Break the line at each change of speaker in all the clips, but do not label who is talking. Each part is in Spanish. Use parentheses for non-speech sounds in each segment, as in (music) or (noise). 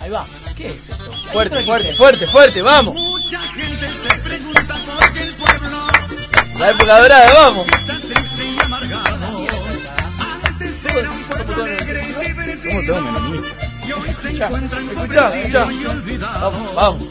Ahí va. ¿Qué es esto?
Fuerte, fuerte, fuerte, fuerte, vamos.
Mucha gente se pregunta por qué el pueblo
La época dorada, vamos.
está triste y amargado. Antes era un pueblo alegre y divertido. Y hoy se encuentra
Escuchá, escuchá.
empobrecido y
Vamos,
olvidado.
vamos.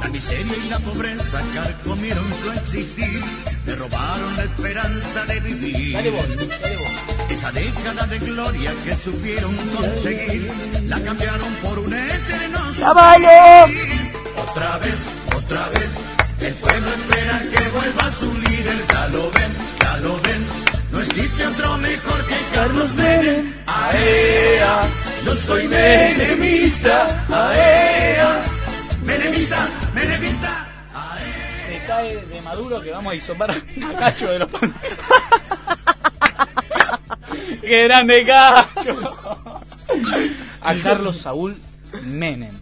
La miseria y la pobreza carcomieron su existir. Le robaron la esperanza de vivir.
Dale vos, Luis, dale vos.
Esa década de gloria que supieron conseguir la cambiaron por un eterno sufrir. Otra vez, otra vez, el pueblo espera que vuelva su líder. Ya lo ven, ya lo ven, no existe otro mejor que Carlos Menem. Aea, yo soy menemista. Aea, menemista, menemista.
Se cae de Maduro que vamos a disopar a Cacho de los Palmeros. ¡Qué (laughs) grande Cacho! A Carlos Saúl Menem.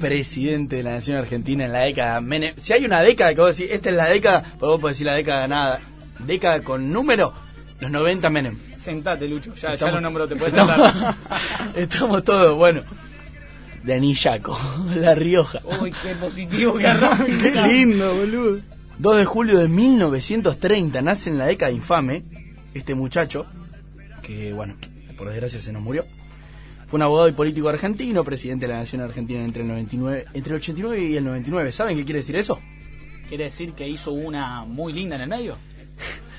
Presidente de la Nación Argentina en la década Menem. Si hay una década que vos decís, esta es la década, pues vos podés decir la década nada. Década con número, los 90 Menem.
Sentate, Lucho. Ya, ya
Estamos-
lo nombro, te puedes
Estamos,
sentar.
(laughs) estamos todos, bueno. De Anillaco, La Rioja.
(laughs) Uy, (laughs) qué positivo que arranca.
Qué lindo, boludo. 2 de julio de 1930 nace en la década infame este muchacho, que bueno, por desgracia se nos murió. Fue un abogado y político argentino, presidente de la Nación Argentina entre el, 99, entre el 89 y el 99. ¿Saben qué quiere decir eso?
¿Quiere decir que hizo una muy linda en el medio?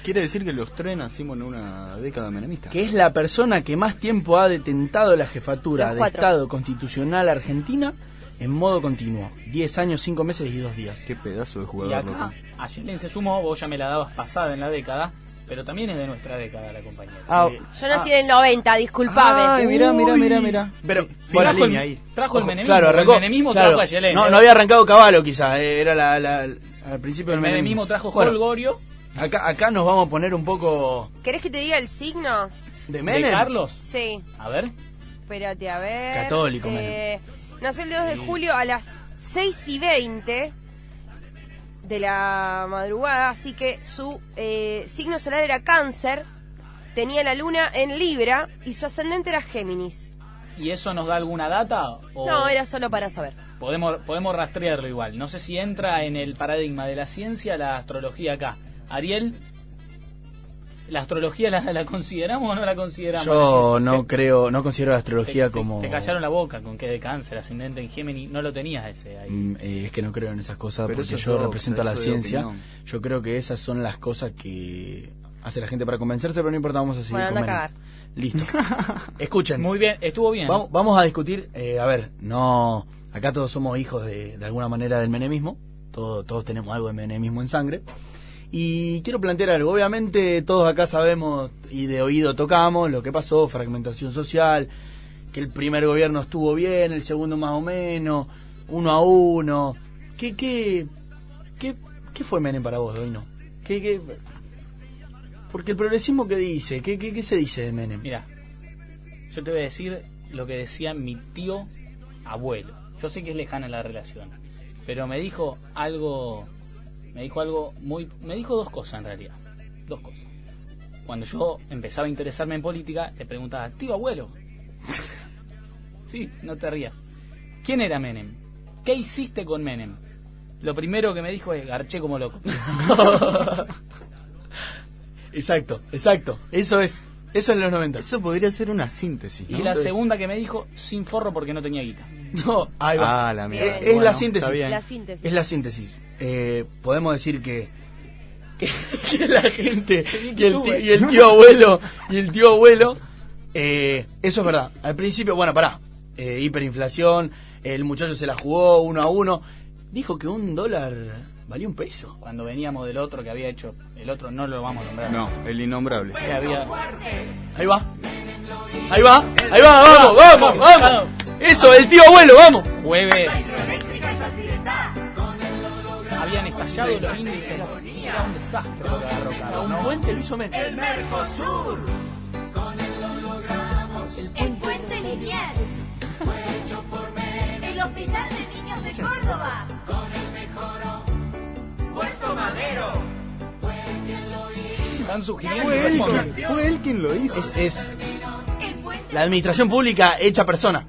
Quiere decir que los tres nacimos en una década menemista.
Que es la persona que más tiempo ha detentado la jefatura
Los
de
cuatro.
Estado Constitucional Argentina en modo continuo. 10 años, 5 meses y 2 días.
Qué pedazo de
Y
jugador,
acá,
loco.
a Yelen se sumó, vos ya me la dabas pasada en la década, pero también es de nuestra década la compañera.
Ah,
Yo nací en el 90, disculpame.
Ay, mirá, mirá, mirá, mirá.
Pero,
Fina
trajo,
línea
el,
ahí.
trajo el
Ojo,
menemismo,
Claro, arrancó.
el menemismo
claro.
trajo a Yelen.
No, no había arrancado Caballo quizá, eh, era la, la- la- al principio
el
del
menemismo trajo
Bueno,
Holgorio
acá, acá nos vamos a poner un poco
¿Querés que te diga el signo?
de
de
Menem.
Carlos.
Sí.
A ver,
Espérate, a ver.
Católico,
eh, Nació el 2 de julio a las 6 y 20 de la madrugada, así que su eh, signo solar era cáncer, tenía la luna en Libra y su ascendente era Géminis.
¿y eso nos da alguna data? O
No, era solo para saber.
podemos, podemos rastrearlo igual. No sé si entra en el paradigma de la ciencia la astrología acá. Ariel, ¿la astrología la, la consideramos o no la consideramos?
Yo no creo, no considero la
Te-
astrología
te-
como...
Te callaron la boca con que de cáncer, ascendente en Géminis, no lo tenías ese ahí.
Mm, eh, es que no creo en esas cosas
Pero
porque
eso es
yo
doxa,
represento a la
eso es
ciencia.
opinión.
Yo creo que esas son las cosas que hace la gente para convencerse, pero no importa, vamos a seguir
Bueno, anda
con
a
Menem.
(laughs)
Listo. Escuchen.
Muy bien, estuvo bien.
Vamos, vamos a discutir, eh, a ver, no, acá todos somos hijos de, de alguna manera del menemismo, todos, todos tenemos algo de menemismo en sangre. Y quiero plantear algo, obviamente todos acá sabemos y de oído tocamos lo que pasó, fragmentación social, que el primer gobierno estuvo bien, el segundo más o menos, uno a uno. ¿Qué, qué, qué, qué fue Menem para vos, Doino? ¿Qué, qué? Porque el progresismo, ¿qué dice? ¿Qué, qué, qué se dice de Menem?
Mira, yo te voy a decir lo que decía mi tío abuelo. Yo sé que es lejana la relación, pero me dijo algo, me dijo algo muy, me dijo dos cosas en realidad, dos cosas. Cuando yo empezaba a interesarme en política, le preguntaba, tío abuelo, (laughs) sí, no te rías, ¿quién era Menem? ¿Qué hiciste con Menem? Lo primero que me dijo es, garché como loco.
Exacto, exacto. Eso es. Eso en los 90.
Eso podría ser una síntesis,
Y
¿no?
la segunda que me dijo, sin forro porque no tenía guita.
(laughs) No, ahí va. Eh.
Ah, la mierda.
es, es
Bueno,
la
está
síntesis.
bien.
La síntesis.
Es la síntesis. Eh, podemos decir que, (laughs) que, que la gente y el, tío, y el tío abuelo y el tío abuelo eh, eso es verdad. Al principio, bueno, pará. eh, hiperinflación, el muchacho se la jugó uno a uno. Dijo que un dólar valía un peso.
cuando veníamos del otro que había hecho, el otro no lo vamos a nombrar.
No, el innombrable.
Que había-
Ahí va. Ahí va, ahí va, vamos, vamos,
Vamos,
vamos. Eso, el tío abuelo, vamos.
jueves. Habían estallado los índices. Era un desastre lo que agarró Caro, ¿no?
puente lo hizo Menem.
El puente Liniers. El hospital de niños de Córdoba.
Están sugiriendo
Fue él,
responde.
fue él quien lo hizo.
Es, es
El puente
la administración pública hecha persona.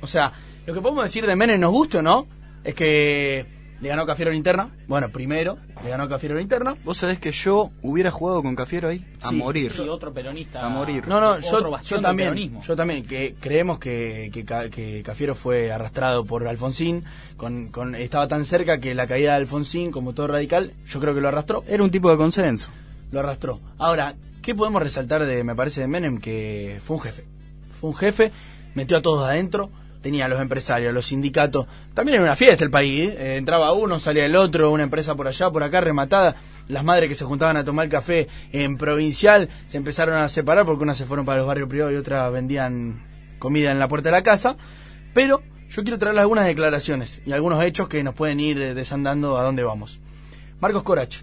O sea, Lo que podemos decir de Menem, nos guste o no, es que le ganó Cafiero en interna. Bueno, primero, le ganó Cafiero en interna.
Vos sabés que yo hubiera jugado con Cafiero ahí a
Sí,
morir.
Y otro peronista.
A morir.
No, no,
otro
yo,
bastión
yo
del
también.
peronismo.
Yo también, que creemos que, que, Ca- que Cafiero fue arrastrado por Alfonsín, con, con- estaba tan cerca que la caída de Alfonsín, como todo radical, yo creo que lo arrastró.
Era un tipo de consenso.
Lo arrastró. Ahora, ¿qué podemos resaltar de, me parece, de Menem? Que fue un jefe. Fue un jefe, metió a todos adentro, tenía a los empresarios, a los sindicatos. También era una fiesta el país, ¿eh? Eh, entraba uno, salía el otro, una empresa por allá, por acá, rematada. Las madres que se juntaban a tomar café en provincial se empezaron a separar porque unas se fueron para los barrios privados y otras vendían comida en la puerta de la casa. Pero yo quiero traer algunas declaraciones y algunos hechos que nos pueden ir eh, desandando a dónde vamos. Marcos Corach.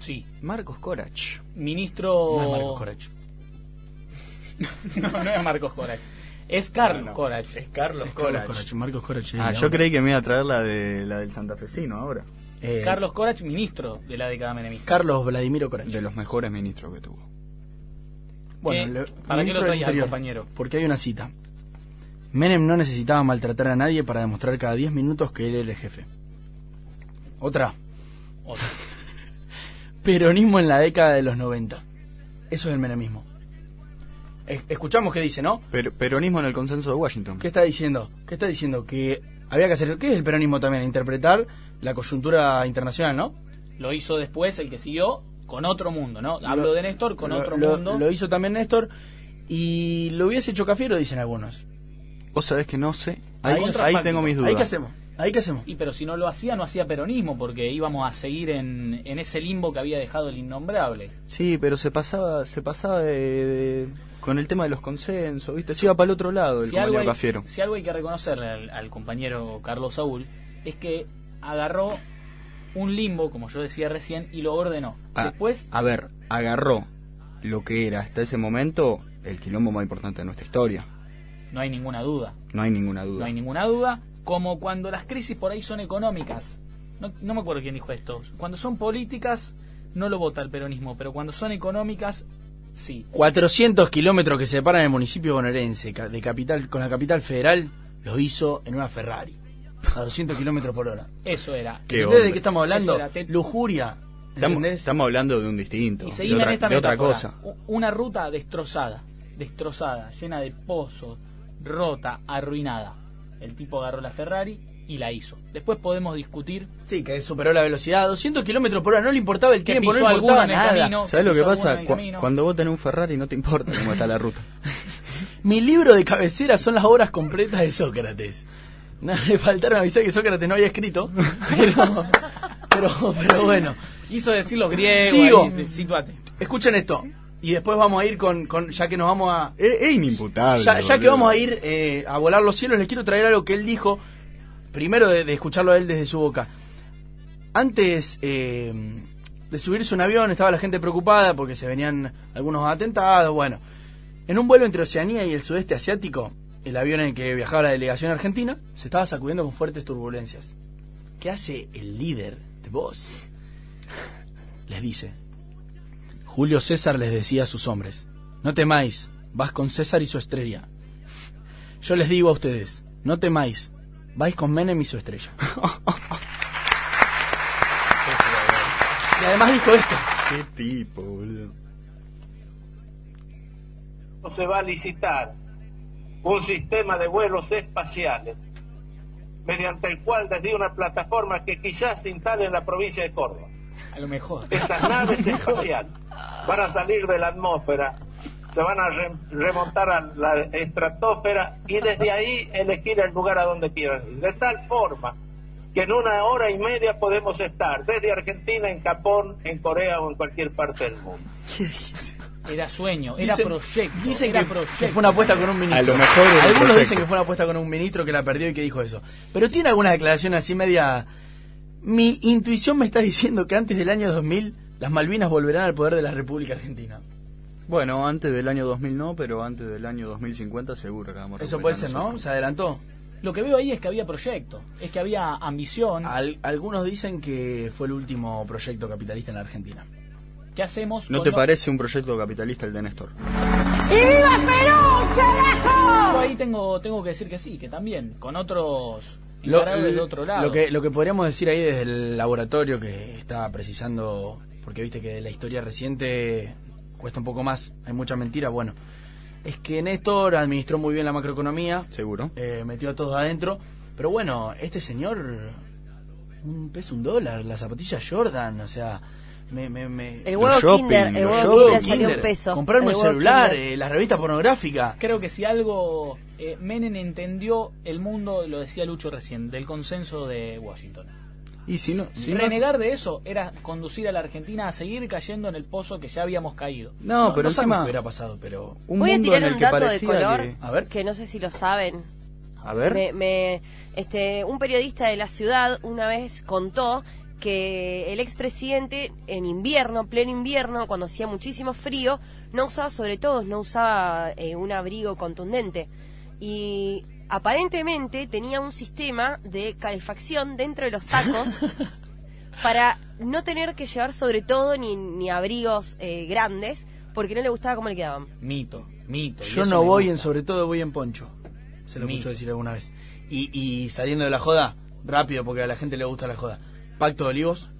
Sí.
Marcos Corach.
Ministro.
No es Marcos Corach.
(laughs) no, no es Marcos Corach. Es Carlos Corach.
Carlos
Carlos Corach, Marcos Corach.
Ah, yo creí que me iba a traer la, de, la del santafesino ahora.
Eh,
Carlos Corach, ministro de la década menemista.
Carlos Vladimiro Corach.
De los mejores ministros que tuvo.
¿Qué?
le-
¿Para qué lo
ministro del
traías al
Interior,
compañero?
Porque hay una cita. Menem no necesitaba maltratar a nadie para demostrar cada 10 minutos que él era el jefe. Otra.
Otro.
(laughs) Peronismo en la década de los 90. Eso es el menemismo. Es- escuchamos qué dice, ¿no?
Pero, peronismo en el consenso de Washington.
¿Qué está diciendo? ¿Qué está diciendo? Que había que hacer... ¿Qué es el peronismo también? Interpretar la coyuntura internacional, ¿no?
Lo hizo después el que siguió con otro mundo, ¿no? Hablo
Lo-
de Néstor con
lo-
otro
lo-
mundo.
Lo hizo también Néstor y lo hubiese hecho Cafiero, dicen algunos.
Vos sabés que no sé. Ahí,
Ahí-
ahí tengo mis dudas.
Ahí qué hacemos, ahí qué hacemos.
Y pero si no lo hacía, no hacía peronismo, porque íbamos a seguir en, en ese limbo que había dejado el innombrable.
Sí, pero se pasaba, se pasaba de, de- con el tema de los consensos, ¿viste? Se iba para el otro lado el
Si algo,
compañero
hay,
Cafiero.
si algo hay que reconocerle al, al compañero Carlos Saúl, es que agarró un limbo, como yo decía recién, y lo ordenó.
Ah,
Después,
A ver, agarró lo que era hasta ese momento el quilombo más importante de nuestra historia.
no hay ninguna duda.
No hay ninguna duda.
No hay ninguna duda. Como cuando las crisis por ahí son económicas. No, no me acuerdo quién dijo esto. Cuando son políticas, no lo vota el peronismo. Pero cuando son económicas, sí.
400 kilómetros que separan el municipio bonaerense ca- de capital, con la capital federal lo hizo en una Ferrari. A 200 kilómetros por hora.
Eso era.
Qué
¿Entendés de
hombre.
qué estamos hablando?
Eso era, te-
Lujuria.
Estamos,
¿entendés?
estamos hablando de un distinto,
Y
de
seguime en
otra,
esta
de otra
metáfora.
cosa.
U- Una ruta destrozada. Destrozada, llena de pozos, rota, arruinada. El tipo agarró la Ferrari y la hizo. Después podemos discutir
Sí, que superó la velocidad. 200 kilómetros por hora, no le importaba el
Que
tiempo, no
pisó
le importaba
alguno en el
nada.
camino. No,
¿Sabes lo que
son
pasa?
buenos en el
Cu-
camino.
cuando vos tenés un Ferrari no te importa cómo está la ruta.
(laughs) Mi libro de cabecera son las obras completas de Sócrates. No, le faltaron avisar que Sócrates no había escrito, (laughs) pero, pero, pero bueno.
Quiso decir los griegos.
Sigo.
ahí, situate.
Escuchen esto, y después vamos a ir con, con- ya que nos vamos a...
es, es inimputable.
Ya, ya que
boludo.
vamos a ir eh, a volar los cielos, les quiero traer algo que él dijo, primero de, de escucharlo a él desde su boca. Antes eh, de subirse a un avión estaba la gente preocupada porque se venían algunos atentados, bueno. En un vuelo entre Oceanía y el sudeste asiático, el avión en el que viajaba la delegación argentina se estaba sacudiendo con fuertes turbulencias. ¿Qué hace el líder de vos? Les dice. Julio César les decía a sus hombres, no temáis, vas con César y su estrella. Yo les digo a ustedes, no temáis, vais con Menem y su estrella. (laughs) y además dijo esto.
Qué tipo, boludo.
no se va a licitar un sistema de vuelos espaciales mediante el cual desde una plataforma que quizás se instale en la provincia de Córdoba.
A lo mejor.
Estas naves espaciales van a salir de la atmósfera, se van a re- remontar a la estratosfera y desde ahí elegir el lugar a donde quieran ir. De tal forma que en una hora y media podemos estar desde Argentina, en Japón, en Corea o en cualquier parte del mundo.
Era sueño, era
Dicen-
proyecto.
Dicen
era
que,
proyecto.
que fue una apuesta con un ministro.
A lo mejor era
Algunos
proyecto.
dicen que fue una apuesta con un ministro que la perdió y que dijo eso. Pero tiene alguna declaración así media... Mi intuición me está diciendo que antes del año 2000 las Malvinas volverán al poder de la República Argentina.
Bueno, antes del año 2000 no, pero antes del año 2050 seguro que vamos a
Eso
recuperar
puede ser, ¿no?
nosotros.
Se adelantó.
Lo que veo ahí es que había proyecto, es que había ambición.
Al- algunos dicen que fue el último proyecto capitalista en la Argentina.
¿Qué hacemos?
¿No
con
te
lo-
parece un proyecto capitalista el de Néstor?
¡Y viva Perú,
Ah, Yo
carajo!
ahí tengo, tengo que decir que sí, que también, con otros
Lo,
encargados de otro lado.
lo que, lo que podríamos decir ahí desde el laboratorio que está precisando, porque viste que de la historia reciente cuesta un poco más, hay mucha mentira, bueno, es que Néstor administró muy bien la macroeconomía,
Seguro.
eh, metió a todos adentro, pero bueno, este señor, un peso, un dólar, la zapatilla Jordan, o sea, me... me, me-
El
Los
huevo
shopping,
Kinder, el
los
huevo
shopping.
Kinder salió un
Kinder,
peso.
Comprarme
el
un
huevo
celular,
Kinder.
eh, la revista pornográfica.
Creo que si algo eh, Menem entendió el mundo, lo decía Lucho recién, del consenso de Washington.
Y si no. Si no-
Renegar de eso era conducir a la Argentina a seguir cayendo en el pozo que ya habíamos caído.
No,
no
pero
sabemos
encima.
qué hubiera pasado, pero...
Un
Voy a
mundo
tirar
en el
un
que
dato de
parecía
color
que-
A ver.
que no sé si lo saben.
A ver.
Me, me- este, un periodista de la ciudad una vez contó que el expresidente en invierno, pleno invierno, cuando hacía muchísimo frío, no usaba sobre todo, no usaba eh, un abrigo contundente. Y aparentemente tenía un sistema de calefacción dentro de los sacos para no tener que llevar sobre todo ni, ni abrigos eh, grandes, porque no le gustaba cómo le quedaban.
Mito, mito. y
Yo
eso
no
me
voy
gusta.
en sobre todo, voy en poncho. Se lo
Mi.
escucho decir alguna vez. Y, y saliendo de la joda, rápido, porque a la gente le gusta la joda. Pacto de Olivos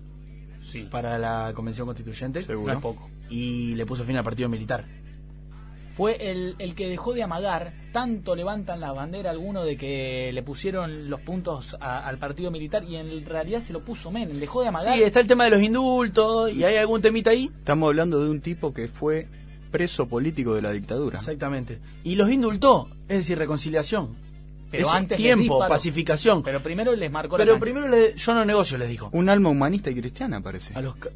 Sí,
para la Convención Constituyente
no es
Seguro.
poco.
y le puso fin al partido militar.
Fue el, el que dejó de amagar, tanto levantan la bandera algunos de que le pusieron los puntos a- al partido militar y en realidad se lo puso Menem, dejó de amagar.
Sí, está el tema de los indultos y hay algún temita ahí.
Estamos hablando de un tipo que fue preso político de la dictadura.
Exactamente. Y los indultó, es decir, reconciliación.
pero
Es
antes les
tiempo,
disparó.
pacificación. Pero,
Pero primero les marcó la cancha.
primero le- yo no negocio, les dijo.
Un alma humanista y cristiana, parece.
A los ca-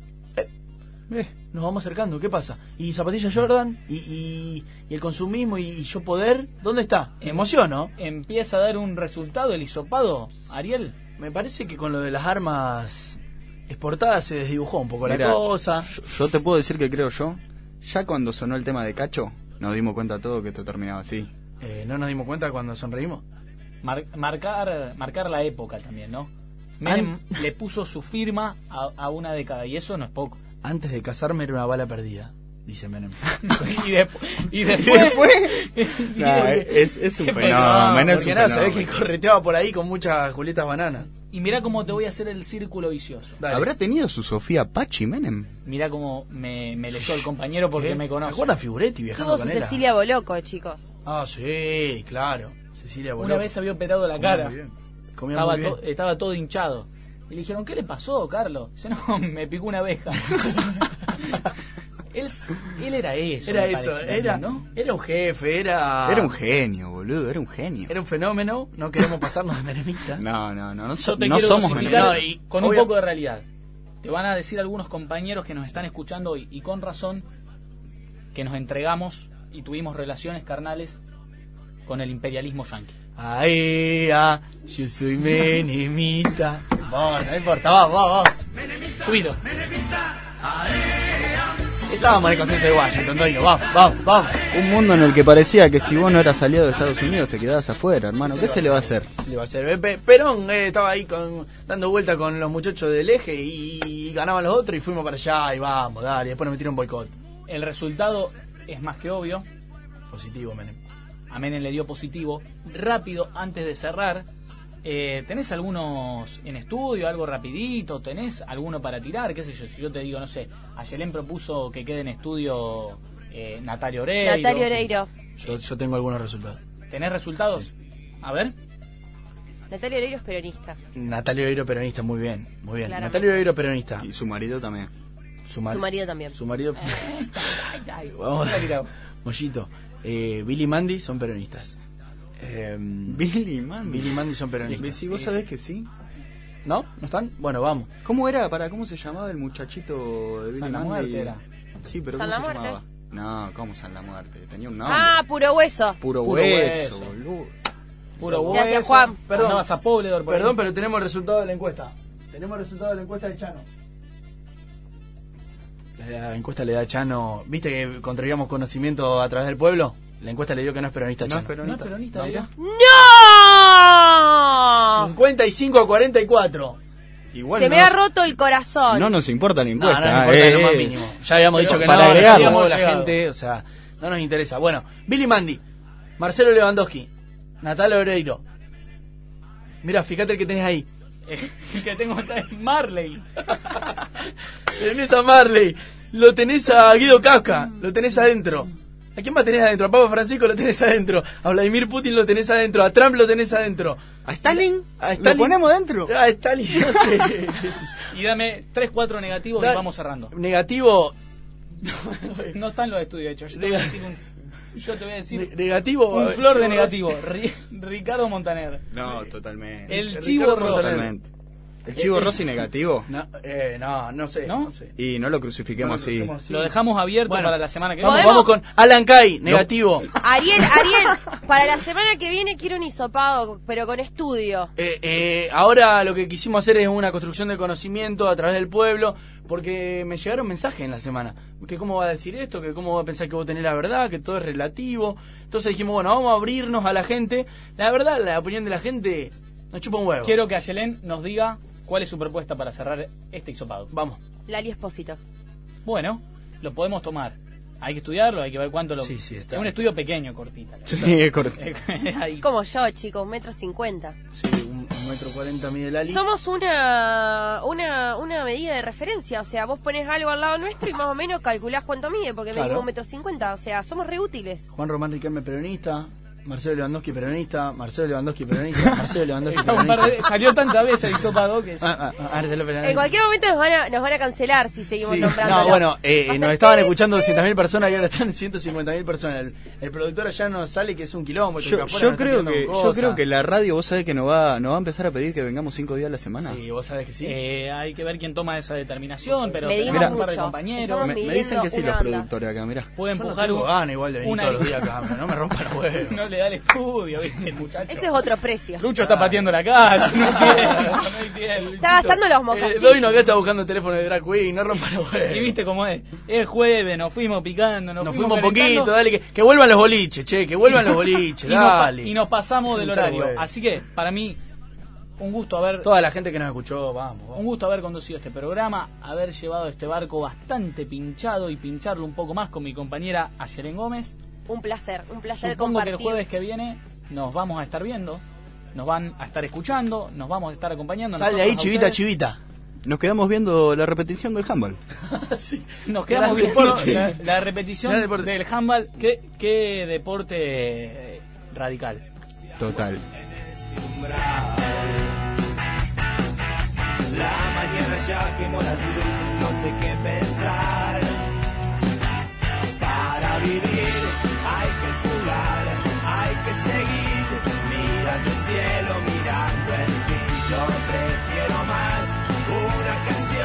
Eh,
nos vamos acercando, ¿qué pasa? Y Zapatilla Jordan, y, y- y el consumismo, y, y yo poder, ¿dónde está?
Eh.
Me emociono.
Em- Empieza a dar un resultado el hisopado, Ariel.
Me parece que con lo de las armas exportadas se desdibujó un poco
Mira,
la cosa.
Yo, yo te puedo decir que creo yo, ya cuando sonó el tema de Cacho, nos dimos cuenta todo que esto terminaba así.
Eh, no nos dimos cuenta cuando sonreímos.
Mar- marcar, marcar la época también, ¿no?
Ah,
Menem le puso su firma a, a una década y eso no es
(laughs)
poco. (laughs)
Antes de casarme era una bala perdida, dice
(laughs)
Menem.
y, despu- y después... (laughs) y
Nah,
eh,
de-
es, es un
Qué
fenómeno, es un
Ah, Porque nada, se ve que
fenómeno.
correteaba por ahí con muchas Julietas bananas.
y mira cómo te voy a hacer el círculo vicioso.
Dale.
¿Habrá tenido su Sofía Pachi Menem?
Mira cómo me, me leyó el compañero porque
¿Eh?
me
¿Se
conoce.
acuerdan Figuretti viajando
Tuvo su
con él? a-
Cecilia Boloco, chicos.
Ah, sí, claro. Cecilia
Una
Boloco.
vez había operado la
Comía
cara.
muy bien. Comía
Estaba,
muy bien.
to- estaba todo hinchado. Y le dijeron, ¿qué le pasó, Carlos? Dice, no, (laughs) me picó una
(laughs)
abeja. él, s- él era eso.
Era
me
eso,
parece,
era,
¿no?
era un jefe, era.
Era un genio, boludo, era un genio.
Ah. Era ¿eh? un fenómeno, no queremos pasarnos
(laughs)
de menemista.
No, no, no, no,
Yo
so-
te
no
quiero
somos
dosificar
menemistas.
No, y
con un
obvia-
poco de realidad. Te van a decir algunos compañeros que nos están escuchando hoy, y con razón, que nos entregamos y tuvimos relaciones carnales con el imperialismo yanqui.
Ahí, ah, yo soy menemista. Bueno, no importa, va, va, va.
Subido.
Estábamos en el consenso de Washington, doño, va, va, va.
Un mundo en el que parecía que si vos no eras aliado de Estados Unidos te quedabas afuera, hermano. ¿Qué se le va a hacer?
Le va a hacer Pepe. Perón eh, estaba ahí con, dando vuelta con los muchachos del eje y, y ganaban los otros y fuimos para allá y vamos, dale. Después nos metieron un boicot.
El resultado es más que obvio.
Positivo, Menem.
A Menem le dio positivo. Rápido, antes de cerrar, eh, ¿tenés algunos en estudio, algo rapidito? ¿Tenés alguno para tirar? ¿Qué sé yo? Si yo te digo, no sé, Ayelén propuso que quede en estudio eh, Natalia Oreiro.
Natalia Oreiro.
Yo, yo tengo algunos resultados.
¿Tenés resultados? A ver.
Natalia Oreiro es peronista.
Natalia Oreiro peronista, muy bien, muy bien.
Claramente.
Natalia Oreiro peronista.
Y su marido también.
Su, mar-
Su marido también.
Su marido. Vamos. Mollito. Eh, Billy y Mandy son peronistas. Eh,
Billy Mandy.
Billy y Mandy son
¿Ves?
peronistas.
Sí, vos sabés que sí.
¿No? ¿No están? Bueno, vamos.
¿Cómo era? ¿Para cómo se llamaba el muchachito de Billy
San la
Mandy?
Muerte era.
Sí, pero ¿cómo
San la
se
Muerte.
llamaba? No, ¿cómo San la Muerte? Tenía un nombre.
Ah, puro hueso.
puro,
puro
hueso,
hueso.
boludo.
Puro
Gracias,
hueso.
Juan.
Perdón.
Andabas a Pobledor por
Perdón,
ahí.
pero tenemos el resultado de la encuesta. Tenemos el resultado de la encuesta de Chano. La encuesta le da a Chano. ¿Viste que construíamos conocimiento a través del pueblo? La encuesta le dio que no es peronista,
No
Chano.
es peronista.
No es peronista,
No,
mira. (laughs)
¡No!
55 a 44.
Igual
Se
no
me ha
nos-
roto el corazón.
No nos importa la
No, no
encuesta.
nos importa
eh,
lo más
eh.
mínimo. Ya habíamos
Pero
dicho que
para
no, no
agregarlo.
queríamos la
Llegado.
gente, o sea, no nos interesa. Bueno, Billy Mandy, Marcelo Lewandowski, Natal Oreiro. Mira, fíjate el que tenés ahí.
Eh, El que tengo acá es Marley.
Tenés a Marley, lo tenés a Guido Casca, lo tenés adentro. ¿A quién más tenés adentro? A Papa Francisco lo tenés adentro. A Vladimir Putin lo tenés adentro. A Trump lo tenés adentro.
¿A Stalin?
A Stalin- Ah.
¿Lo ponemos dentro?
A Stalin, no sé.
(laughs)
qué sé yo.
Y dame 3, 4 negativos
Da-
y vamos cerrando.
Negativo.
No están los estudios hechos. Yo te voy a decir un, yo te voy a decir
ne- negativo. eh,
un flor de
Chivos.
negativo. Ri- Ricardo Montaner.
No, totalmente.
El chivo
Ricardo
Ross.
Montaner.
Totalmente. El chivo Rossi negativo.
No, eh, no, no sé.
¿No?
¿No? sé.
Y no lo crucifiquemos así.
Lo dejamos abierto
Bueno,
para la semana que
Vamos,
viene.
vamos con Alan Kay, negativo. (laughs)
Ariel, Ariel, para la semana que viene quiero un hisopado, pero con estudio.
Eh, eh, ahora lo que quisimos hacer es una construcción de conocimiento a través del pueblo, porque me llegaron mensajes en la semana, que cómo va a decir esto, que cómo va a pensar que vos tenés la verdad, que todo es relativo. Entonces dijimos, bueno, vamos a abrirnos a la gente. La verdad, la opinión de la gente nos chupa un huevo.
Quiero que Ayelén nos diga cuál es su propuesta para cerrar este hisopado.
Vamos.
Lali Espósito.
Bueno, lo podemos tomar. Hay que estudiarlo, hay que ver cuánto lo...
Sí, sí, está.
Es un estudio pequeño, cortita. la (laughs)
Sí, es corto.
verdad. Ahí.
Como yo, chicos, metro cincuenta.
Sí, un, un metro cuarenta mide Lali.
Somos una, una, una medida de referencia, o sea, vos pones algo al lado nuestro y más o menos calculás cuánto mide, porque
Claro.
medimos un metro cincuenta, o sea, somos re útiles.
Juan Román Riquelme, peronista. Marcelo Lewandowski, peronista. Marcelo Lewandowski, peronista. Marcelo
(laughs)
Lewandowski,
Un par
peronista.
de- Salió tantas veces el hisopado que...
Ah, ah, ah, Marcelo peronista.
En cualquier momento nos van a, nos van a cancelar si seguimos
Sí.
nombrando.
No, bueno, eh, nos estaban escuchando 200.000 personas y ahora están (laughs) 150.000 personas. El, el productor allá nos sale que es un quilombo.
Yo,
Chacapola
yo
nos está
creo
pidiendo
que, yo
cosas.
creo que la radio, vos sabés que nos va, nos va a empezar a pedir que vengamos cinco días a la semana.
Sí, vos sabés que sí.
Eh, hay que ver quién toma esa determinación, pero
Medimos
tenemos un
mucho.
par de compañeros.
Estamos
Me, me dicen
midiendo
que sí
una
los
banda.
productores acá, mirá.
Puede
Yo no
empujar
tengo
un-
gana igual de venir
una-
todos los días acá, pero no me rompa los
(laughs)
huevos.
No le da el estudio, ¿viste, el muchacho?
Ese es otro precio.
Lucho está pateando la calle, no entiendo, no entiendo,
Está
Luchito.
gastando los
Eh,
mocasines.
Doino acá está buscando el teléfono de Drag Queen, no rompa los huevos.
Y viste cómo es, es jueves, nos fuimos picando, nos,
Nos fuimos un
calentando
poquito, dale, que, que vuelvan los boliches, che, que
(laughs)
vuelvan los
y
boliches,
nos pa-
dale.
Y nos pasamos del
Hinchar
horario.
huevos.
Así que, para mí, un gusto haber
Toda la gente que nos escuchó, vamos.
Un
vamos.
gusto haber conducido este programa, haber llevado este barco bastante pinchado y pincharlo un poco más con mi compañera Ayelen Gómez.
Un placer, un placer
Supongo que
compartir.
el jueves que viene nos vamos a estar viendo, nos van a estar escuchando, nos vamos a estar acompañando.
Sal de
nosotros
ahí,
a
chivita,
ustedes.
chivita.
Nos quedamos viendo la repetición del handball.
Nos quedamos
Gran
viendo
deporte.
la, la repetición
Gran deporte.
del handball. ¿Qué, qué deporte eh, radical?
Total.
La mañana ya quemó las luces, no sé qué pensar. Para vivir hay que calcular, hay que seguir. Mirando el cielo, mirando el fin, yo prefiero más una canción.